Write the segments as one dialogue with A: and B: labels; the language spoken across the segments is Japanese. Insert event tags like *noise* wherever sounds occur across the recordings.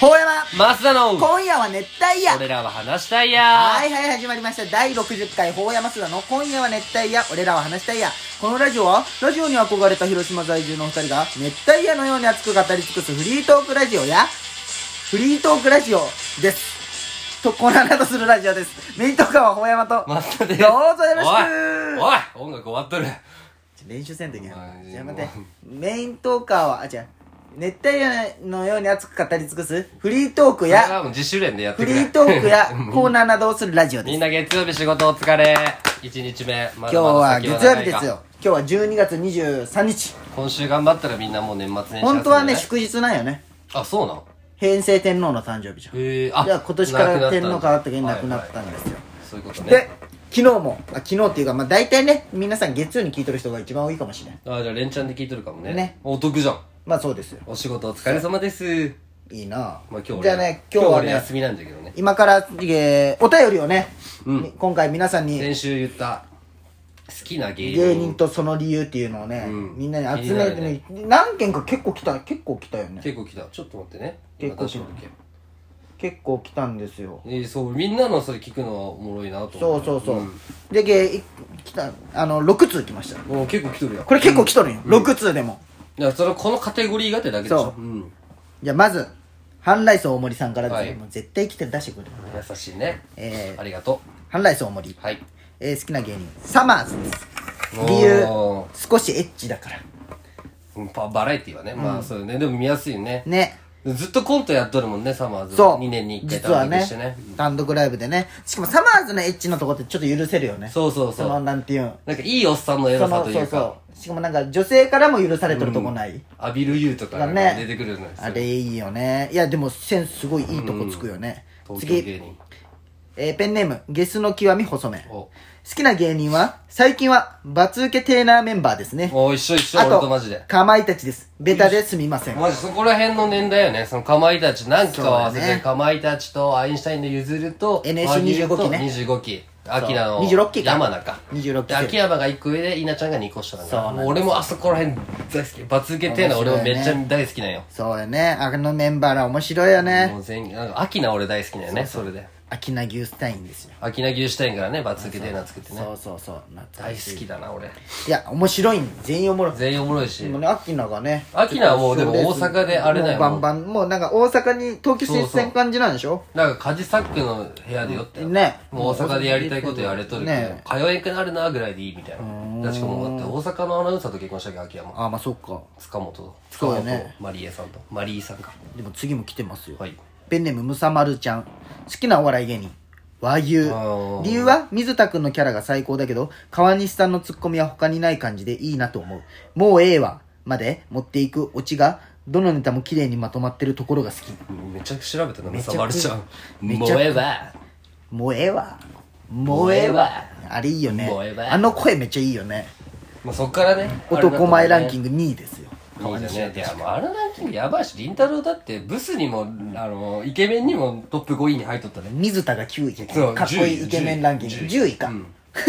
A: ほうやま
B: マスダの
A: 今夜は熱帯夜
B: 俺らは話したいや
A: はいはい始まりました第60回ほうやますだの今夜は熱帯夜俺らは話したいやこのラジオはラジオに憧れた広島在住の二人が熱帯夜のように熱く語り尽くすフリートークラジオやフリートークラジオですとコーナーなどするラジオですメイントーカーはほうやまと
B: マスダ
A: どう
B: です
A: ぞよろしく
B: おいおい音楽終わっとる
A: 練習せんといけな
B: お
A: い
B: 前
A: じゃあ待ってメイントーカーはあ違う熱帯夜のように熱く語り尽くすフリートーク
B: い
A: や
B: もう自主練でやっ
A: フ
B: てく
A: リ
B: れ
A: ートークや
B: *laughs* うん
A: コーナーなどをするラジオです
B: みんな月曜日仕事お疲れ1日目
A: 今
B: ま
A: 日
B: だまだ
A: は
B: 先
A: 月
B: は
A: 曜
B: 長
A: 日
B: い
A: で
B: か
A: すよ今日は12月23日
B: 今週頑張ったらみんなもう年末年始休みだ
A: 本当はね祝日なんよね
B: あそうなの
A: 平成天皇の誕生日じゃん
B: へえあ
A: じゃあ今年から天皇変わったけど
B: な
A: な
B: く
A: く
B: な
A: な
B: っ
A: ったた
B: ん
A: ん
B: だ
A: ですよ
B: そういうこと
A: で
B: ね
A: 昨日もあ昨日っていうかまあ大体ね皆さん月曜に聞いてる人が一番多いかもしれない
B: あじゃあ連チャンで聞いとるかもね
A: ね
B: お得じゃん
A: まあそうですよ
B: お仕事お疲れ様です
A: いいな
B: まあ今日俺
A: じゃあね今日は
B: 俺
A: ね
B: 休みなんだけどね
A: 今から、えーお便りをね、
B: うん
A: 今回皆さんに
B: 先週言った好きな芸人
A: 芸人とその理由っていうのをね、
B: うん
A: みんなに集めてね何件か結構来た結構来たよね
B: 結構来たちょっと待ってね
A: 結構来た
B: 今出しとる
A: 結構来たんですよ
B: けんえーそうみんなのそれ聞くのはおもろいなと
A: そ
B: 思
A: うそうそう、
B: ん
A: でげい来たあの6通来ました
B: もう結構来とるよ
A: これ結構来とるんよ、6通でも
B: いやそれはこのカテゴリーがってだけでしょ
A: そう
B: うん
A: じゃあまず半来荘大森さんからですね、
B: はい
A: もう絶対来てる出してくれる
B: 優しいね
A: えー
B: ありがと
A: 半来荘大森
B: う、はい
A: えー好きな芸人サマーズです理由
B: お
A: 少しエッチだから
B: うんババラエティはねまあそうよねでも見やすいよね
A: ね
B: ずっとコントやっとるもんねサマーズ
A: そう
B: 2年に1回
A: 実は
B: 単独
A: ね
B: してね
A: 単独ライブでねしかもサマーズのエッチのとこってちょっと許せるよね
B: そうそうそ
A: の
B: う
A: なんていうん
B: なんかいいおっさんのエロ
A: そ
B: さ
A: の
B: とい
A: そう
B: うか
A: そうしかもなんか女性からも許されてるとこない、
B: アビル・ユーとか
A: だ
B: が
A: ね
B: 出てくるよね
A: あれいいよねいやでもセンスすごいいいとこつくよね、
B: 東京
A: 次
B: 芸、人
A: えーペンネームゲスの極み細め好
B: お
A: きな芸人は最近はバツ受けテーナーメンバーですね
B: お一緒一緒
A: あ
B: 俺
A: と
B: とマジで
A: かまいたちですベタですみません
B: マジそこら辺の年代よねそのかまいたち何期かを合わ
A: そ
B: せ
A: うだ
B: て
A: ね
B: かまいたちとアインシュタインのゆずると
A: NSC25 期ね
B: 和牛と25期アキナの
A: そう26期か
B: 山名か
A: 26期
B: で秋山が1個上で稲ちゃんが2個下なん
A: そうな
B: だ
A: んです
B: もう俺もあそこら辺大好きバツ受けてえな俺もめっちゃ大好きなんよ
A: そうよねあのメンバーら面白いよね
B: もう全なんかアキナ俺大好きなんよねそれで
A: 秋名牛スタインですよ
B: アキナ牛シュタインからねバツ受けてえな作ってね
A: そうそうそう懐
B: 大
A: か
B: 好
A: しい
B: きだな俺
A: いや面白いん全員おもろい
B: 全員おもろいし
A: でもね、秋名がね。
B: 秋名はもうでも大阪であれだよ
A: もうバンバン、もうなんか大阪に東京進出せん感じなんでしょ
B: なんかカジサックの部屋でよって
A: ね
B: もう大阪でやりたいことやれとるけど、
A: ね
B: 通えんくなるなぐらいでいいみたいな確かもうだって大阪のアナウンサーと結婚したけど秋山
A: ああ、まあそっか。
B: 塚本と塚
A: そう
B: 本
A: だ
B: と、
A: ね
B: マリエさんとマリーさんか
A: でも次も来てますよ。
B: はい
A: ペンネームむさまるちゃん。好きなお笑い芸人。和牛
B: ー
A: 理由は水田君のキャラが最高だけど川西さんのツッコミは他にない感じでいいなと思うもうええわまで持っていくオチがどのネタも綺麗にまとまってるところが好き
B: めちゃくちゃ調べたな
A: めちゃく
B: さまるちゃん
A: めちゃ
B: 萌
A: く
B: えば
A: もうええわもうええわあれいいよね
B: もうええわ
A: あの声めっちゃいいよね
B: まあ、そっからね
A: 男前ランキ
B: ン
A: ング2位ですよ
B: いいじゃねいやもうあのランキングやばいしりんたろーだってブスにもあのイケメンにもトップ5位に入っとったね
A: 水田が9位じゃ
B: そ
A: ん
B: う
A: かっこい
B: 10
A: い
B: 位
A: イケメンランキング
B: 10位
A: 10位か、
B: うん
A: *laughs*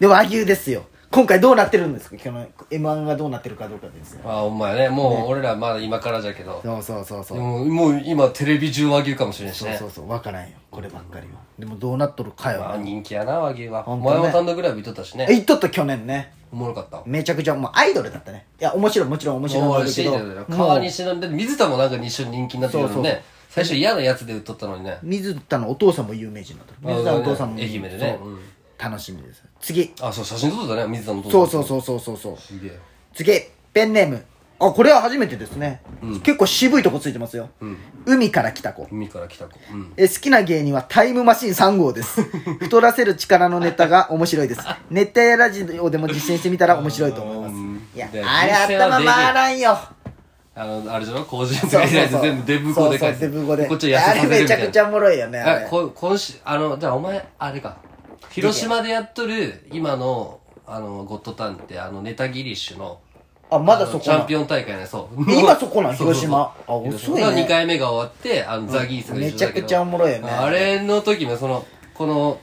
A: で和牛ですよ今回どうなってるんですかこの m 1がどうなってるかどうかですよ
B: ああお前ねもう俺らまだ今からじゃけど
A: そうそうそうそう
B: でももう今テレビ中和牛かもしれんし
A: そう
B: ね
A: そうそう分からんよこればっかりはでもどうなっとるかよ、
B: まあ人気やな和牛は、
A: ほんとね
B: 前も単独ライブ行っとったし
A: え
B: ね
A: 言っとった去年ね
B: おもろかった
A: めちゃくちゃもうアイドルだったねいや面白いもちろん面白い
B: お
A: ん
B: も
A: だ
B: ろいし
A: けども
B: 川
A: う
B: 西なんで水田もなんか一緒に人気になってるのね
A: そうそうそう
B: 最初嫌なやつで売っとったのにね
A: 水田のお父さんも有名人だった
B: あ
A: 水田のお父さんも
B: 愛媛でね
A: そう
B: うん
A: 楽しみです次
B: あそう写真撮ったね水田の
A: そう
B: う
A: そうそうそうそうそう
B: すげえ
A: 次ペンネームあこれは初めてですね、結構渋いとこついてますよ、海から来た子
B: 海から来た子うん
A: え好きな芸人はタイムマシーン3号です
B: *laughs*
A: 太らせる力のネタが面白いです熱帯夜ラジオでも実践してみたら面白いと思いま
B: う
A: すいや
B: で
A: あれ
B: 実践は
A: 頭
B: できる
A: 回らんよ
B: あのあれじゃろ工事とかいないで全部デブ語で書いて
A: そうそうデブ語で
B: こっちは痩せさ
A: あ
B: せる
A: れ
B: み
A: め
B: た
A: ち
B: い
A: ゃ
B: な
A: くちゃおもろいよねあ
B: あ
A: れ
B: こ今週あのじゃあお前あれか広島でやっとる今のあのゴッドタンってあのネタギリッシュの
A: あまだそこ
B: チャ
A: な
B: ンピオン大会ねそう
A: え今そこなん
B: *laughs* そうそ
A: 広
B: うそう
A: 島あ遅いね
B: 広島の2回目が終わってあのザギースが一緒だけど
A: めちゃくちゃおもろいよね
B: あれの時もそのこの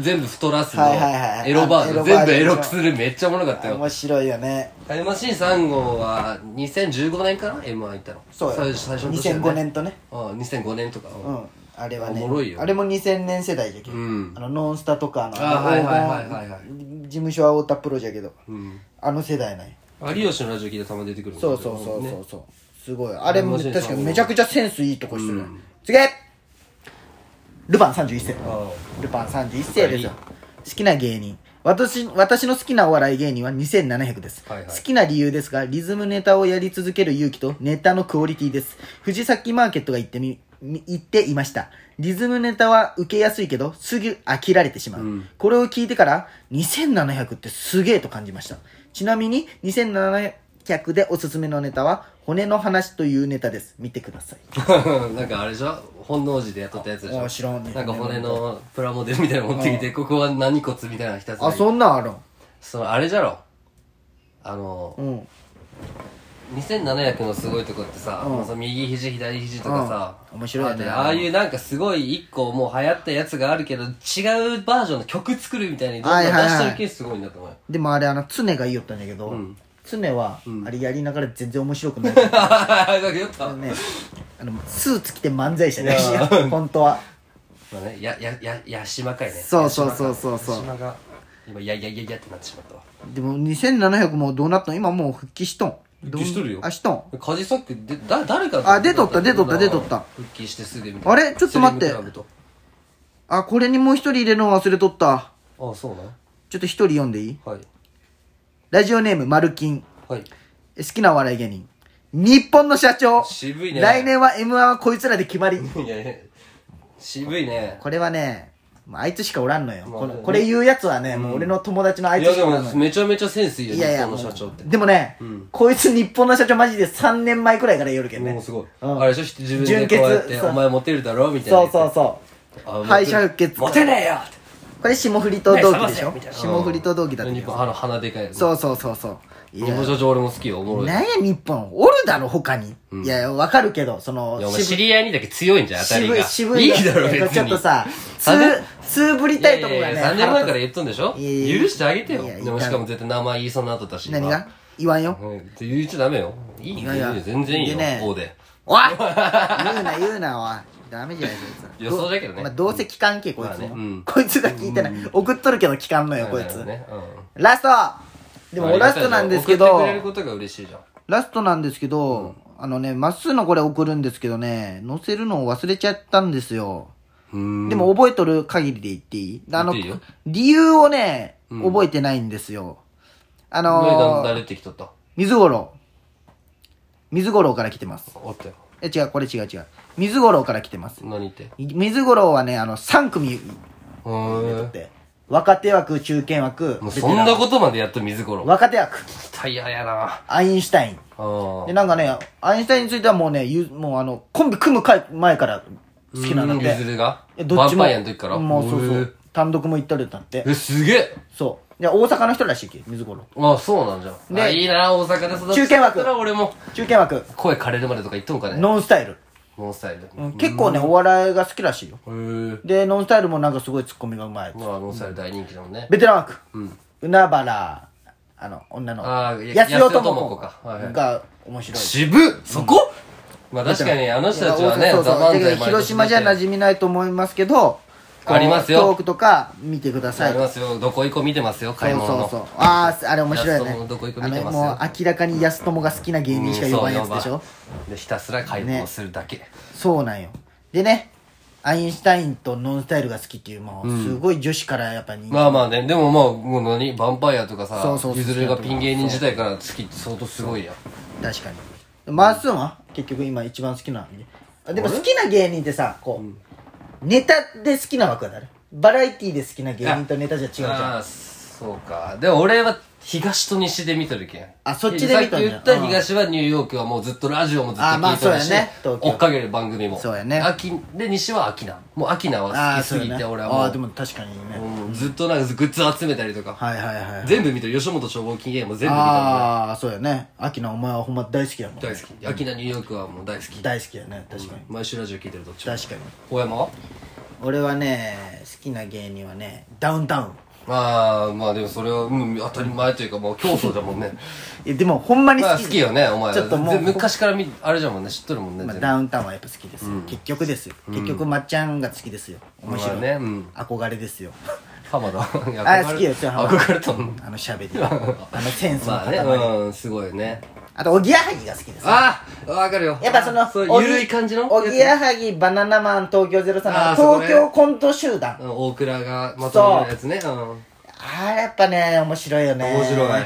B: 全部ストラスの
A: はいはいはい
B: エロバージョ
A: あの
B: ン
A: エロバージョン
B: 全部エロくするめっちゃおもろかったよ
A: 面白いよね
B: タイムマシーン3号は2015年かな M1 行ったの
A: そうよ
B: 最最初の年だよね
A: 2005年とね
B: ああ2005年とか
A: う
B: うん
A: あれはね
B: おもろいよ
A: あれも2000年世代じゃけ、
B: うん
A: あのノンスタとかの
B: あ
A: あの
B: はいはいはいはいはい
A: 事務所は太田プロじゃけど
B: ん
A: あの世代なんや
B: 有吉のラジオ聞いてたまに出てくるもんね
A: そうそうそう
B: ね
A: そうそう、すごいあれも確かにめちゃくちゃセンスいいとこしてる、
B: うん
A: 次ルパン31世
B: あ *laughs*
A: ルパン31世ですよ好きな芸人私私の好きなお笑い芸人は2700です、
B: はいはい
A: 好きな理由ですがリズムネタをやり続ける勇気とネタのクオリティです藤崎マーケットが言ってみみ言っていましたリズムネタは受けやすいけどすぐ飽きられてしまう、
B: うん
A: これを聞いてから2700ってすげえと感じましたちなみに2700でおすすめのネタは骨の話というネタです見てください
B: あなんかあれでしょ本能寺で雇ったやつでし
A: あ
B: ょ
A: 知らんね
B: なんか骨のプラモデルみたいなの持ってきてここは何骨みたいなのひたすら
A: あそんなんあるん
B: そうあれじゃろあの
A: うん
B: 2700のすごいとこってさ、もうその右肘左肘とかさ、
A: うん面白いよね
B: ああいうなんかすごい一個もう流行ったやつがあるけど違うバージョンの曲作るみたいにどんどん出してるケースすごいんだと思
A: *laughs*
B: うよ、
A: でもあれあの常が言いよったんだけど、常は、あれやりながら全然面白く
B: *laughs*
A: ない、
B: よかった
A: ね、あのスーツ着て漫才してないし *laughs* 本当は
B: まあね、ややややしまかいね
A: そうそうそうそうそう
B: やしまが今ややややってなってしまったわ
A: でも2700もどうなったん今もう復帰しとん
B: 復帰しとるよ
A: どんあしとん
B: カジサックでだ誰か
A: あ出とった出とった出とった
B: 復帰してすぐみ
A: あれちょっと待って
B: スリムクラブと
A: あこれにもう一人入れるの忘れとった
B: ああそうな
A: ちょっと一人読んでいい
B: はい
A: ラジオネームマルキン
B: はい
A: 好きなお笑い芸人日本の社長
B: 渋いね
A: 来年は m 1はこいつらで決まり
B: いやいや渋いね
A: これはねもうあいつしかおらんのよ、
B: まあ
A: このこれ言うやつはね、もう俺の友達のあいつしかおらんのよ
B: めちゃめちゃセンスいいよ
A: いやいや、
B: 日本
A: も
B: の
A: う
B: 社長って
A: でもね、こいつ日本の社長マジで3年前くらいから言うけど
B: も
A: ね
B: う。すごい、
A: うん
B: あれでしょ自分でこうやっ
A: 純
B: て「
A: 血
B: お前モテるだろ」みたいな
A: そうそうそ。
B: そう
A: 敗者復活。
B: モテねえよって
A: これ霜降りと同期でしょ
B: ねえ冷ませみたいな
A: 霜降りと同期だった
B: 日
A: けど
B: 本あの鼻でかいやつ
A: そうそうそうそう。い
B: 日本
A: や、
B: 社長俺も好きよおもろい
A: なんや日本、おるだろ他に。いや、わかるけど、その
B: いや、お前知
A: 渋い、
B: り合いにだけ強いんじゃん当たり
A: 渋
B: が
A: い、渋
B: いいだろ別に
A: ちょっとさ、つ
B: 三年、
A: つぶりたいとこがね。
B: 3年
A: 腹
B: 前から
A: 立
B: 言っとんでしょ許
A: いやいや
B: してあげてよ
A: いやいや
B: でもしかも絶対名前言いそうになっとったし
A: つ何
B: 今
A: が言わんよ。
B: うんって言っちゃダメよいい
A: い
B: よ
A: や
B: い
A: いや
B: いよ全然いいよ
A: でね
B: こうで
A: おい言うな言うなおいダメじゃない
B: 予想だけどね
A: まあ、どうせ聞かんけこいつも、
B: まあねうん
A: こいつが聞いてない、送っとるけど聞かんのよ、こい
B: なる
A: つ、
B: ほどねうん
A: ラストでもラストなんですけ
B: 送って
A: ど
B: くれることが嬉しいじゃん
A: ラストなんですけど、あのねまっすーのこれ送るんですけどね載せるのを忘れちゃったんですよ、
B: うん
A: でも覚えとる限りで言っていいあの
B: 言っていいよ
A: 理由をね覚えてないんですよ、あのー、
B: 誰ってきとった
A: 水五郎水五郎から来てます
B: おったよ
A: え、違う、これ違う違う。水五郎から来てます。
B: 何言ってへ
A: 水五郎はね、あの、3組
B: ー
A: って、若手枠、中堅枠、
B: もう
A: ベテ
B: そん
A: ラン
B: なことまでやっと水五郎
A: 若手枠、
B: タイヤやな
A: アインシュタイン。
B: うん
A: で、なんかね、アインシュタインについてはもうね、ゆもうあの、コンビ組む回前から好きなんだっ
B: うんゆず
A: て。
B: るが
A: え
B: バンパイアの時から
A: もうそうそ
B: へ
A: う。単独も行っとるってなって
B: ー。えすげえ
A: そう。で、大阪の人らしいっけ、水五郎。
B: あそうなんじゃん
A: で
B: あいいな大阪で育ち
A: 中堅枠
B: たら俺も
A: 中堅枠、
B: 声枯れるまでとか言っとんかね
A: ノンスタイル。
B: ノンスタイルへ
A: うん結構ね、お笑いが好きらしいよ。
B: え
A: で、ノンスタイルもなんかすごいツッコミがうまい。
B: まあノンスタイル大人気だもんね
A: ベテラン枠、海原、あの、女の
B: あー、や
A: 安代
B: 安代
A: 智
B: 智
A: 子
B: 子かはいはい
A: が面白い。
B: 渋っそこまあ確かにあの人たちはね
A: そうそう
B: ザ漫
A: だ
B: 才
A: けど
B: 毎年
A: 広島じゃ馴染みないと思いますけど、
B: ありますよ
A: こうトークとか見てください。
B: あり
A: そう
B: ますよどこ行こう見てますよ買い
A: そう
B: 物の
A: そう。ああ、あれ面白いよ
B: 安友
A: ね
B: どこ行。く
A: あ
B: 見てます
A: の、
B: よ
A: もう明らかに安友が好きな芸人しか呼ばんやつでし
B: うん
A: ょ。
B: そう呼ばんでひたすら買い物するだけ、
A: そうなんよ。でね、アインシュタインとノンスタイルが好きっていう、もう、すごい女子からやっぱ人気
B: まあまあねでもまあもう何ヴァンパイアとかさ
A: そうそう
B: ゆずるがピン芸人時代から好きって相当すごいやん
A: 確かにマースンは結局今一番好きなあでも好きな芸人ってさこう、ネタで好きな枠は誰バラエティーで好きな芸人とネタじゃ違うじゃん
B: ああそうかでも俺は東と西で見てるけん
A: あそっちで見と
B: さっ
A: んじ
B: き言
A: ゃん
B: った東はニューヨークはもうずっとラジオもずっと聞
A: あ
B: いてるし、
A: まあそうやね東京
B: 追っかける番組も
A: そうやね
B: 秋で西は秋名もう秋名は
A: あ
B: 好
A: あ
B: きすぎ
A: そう
B: て
A: ね
B: 俺
A: あ
B: は
A: ーで
B: も
A: も確かにね、
B: うもうずっとなんかグッズ集めたりとか、
A: はいはいはい
B: 全部見てる吉本消防金芸も全部見たの
A: ああそうやね秋のお前はほんま大好きやもん
B: 大好き秋名ニューヨークはもう大好き
A: 大好きやね確かに、
B: 毎週ラジオ聞いてるどっちも
A: 確かに
B: 大山は
A: 俺はね好きな芸人はねダウンタウン
B: まあまあでもそれは、うん、当たり前というかもう競争だもんね
A: いやでもほんまに
B: ま
A: 好
B: あ
A: き
B: 好きよねお前
A: ちょっともう
B: ぜ昔から見あれじゃもんね知っとるもんね、
A: まあ、
B: 全部
A: ダウンタウンはやっぱ好きですよ、結局ですよ、結局まっちゃんが好きですよ面白い、
B: まあねうん
A: 憧れですよ
B: 浜田
A: あ好きよそう浜田
B: 憧れたもん
A: あの喋りあのセンスの
B: まあね
A: 塊、
B: うんすごいね
A: あとおぎやはぎが好きです
B: あわかるよ
A: やっぱその
B: そう
A: おぎ
B: 緩い感じの
A: おぎやはぎバナナマン東京03
B: あーそこね
A: 東京コント集団
B: うん大倉がまとめるやつねうん
A: あれやっぱね面白いよね
B: 面白い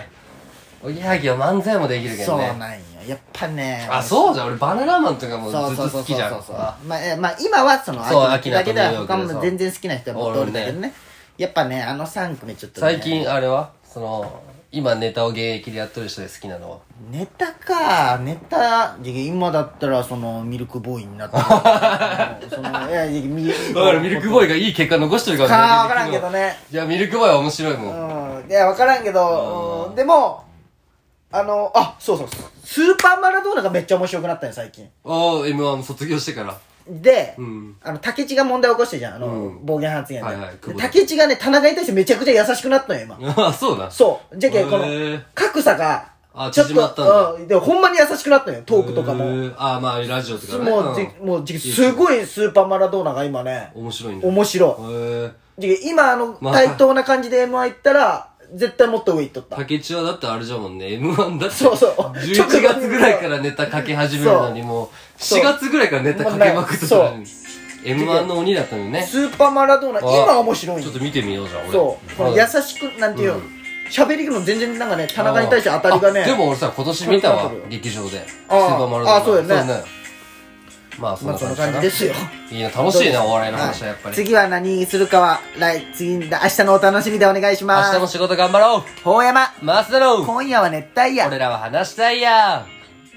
B: おぎやはぎは漫才もできるけ
A: そ
B: ど
A: う
B: ね
A: なんよやっぱね
B: あそうじゃん俺バナナマンとかも
A: そう
B: ず
A: そう
B: っと
A: そう
B: 好
A: そ
B: き
A: う
B: じ
A: そ
B: ゃ
A: うん
B: か
A: まあえーまあ今はその
B: そう
A: 秋だけでは
B: 秋
A: 他
B: 田とニューヨークで
A: も全然好きな人はもっとおるけどねやっぱねあの3組ちょっとね
B: 最近あれはその今ネタを現役でやっとる人で好きなのは
A: ネタかネタで今だったらそのミルクボーイにな
B: *laughs*
A: ってるそのいやいやミルク
B: だからミルクボーイがいい結果残してるか
A: から分からんけどね
B: いやミルクボーイは面白いもん
A: うんいや分からんけどうんでもあのあそうそうスーパーマラドーナがめっちゃ面白くなったよ最近
B: おー m 1卒業してから
A: で、
B: ん
A: あの、竹内が問題起こしてるじゃん、あの、
B: うん
A: 暴言発言で。
B: はいはい
A: で
B: 久保田
A: 竹内がね、田中に対してめちゃくちゃ優しくなったのよ、今。
B: あそうだ
A: そう。じゃけ、
B: へー
A: この、格差が
B: あ、
A: ちょっ
B: 縮まったんだ
A: と、うん、でもほんまに優しくなったのよ、トークとか
B: へ
A: も。
B: ーあまあラジオとかね
A: もう、じ
B: ん
A: もうじ、すごいスーパーマラドーナが今ね、
B: 面白いんだ
A: 面白
B: へえ
A: い。じゃけ、今、あの、
B: まあ
A: 対等な感じで M1 行ったら、絶対もっと上行っとった。
B: 竹千代だってあれじゃもんね m 1だって
A: そうそう
B: 11月ぐらいからネタかけ始めるのにもう
A: そう
B: 4月ぐらいからネタかけまくってたのに
A: う
B: m 1の鬼だったのにね
A: スーパーマラドーナ、今面白いん
B: ち
A: よ
B: ょっと見てみようじゃん俺
A: そう。この優しく、なんていうの、喋、りも全然なんかね、田中に対して当たりがね、
B: あでも俺さ今年見たわ劇場でスーパーマラドーナ
A: あそうだよね
B: まあそん
A: まあ
B: な
A: そんな
B: 感じか
A: 感
B: な
A: じですよ。
B: いいな楽しいなお笑いの話はやっぱり
A: 次は何するかは、来、次、明日のお楽しみでお願いしま
B: 明
A: す。
B: 日も仕事頑張ろ
A: ほうやま、
B: う回すだろう
A: 今夜は熱帯夜。
B: 俺らは話したいや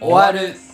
A: 終わる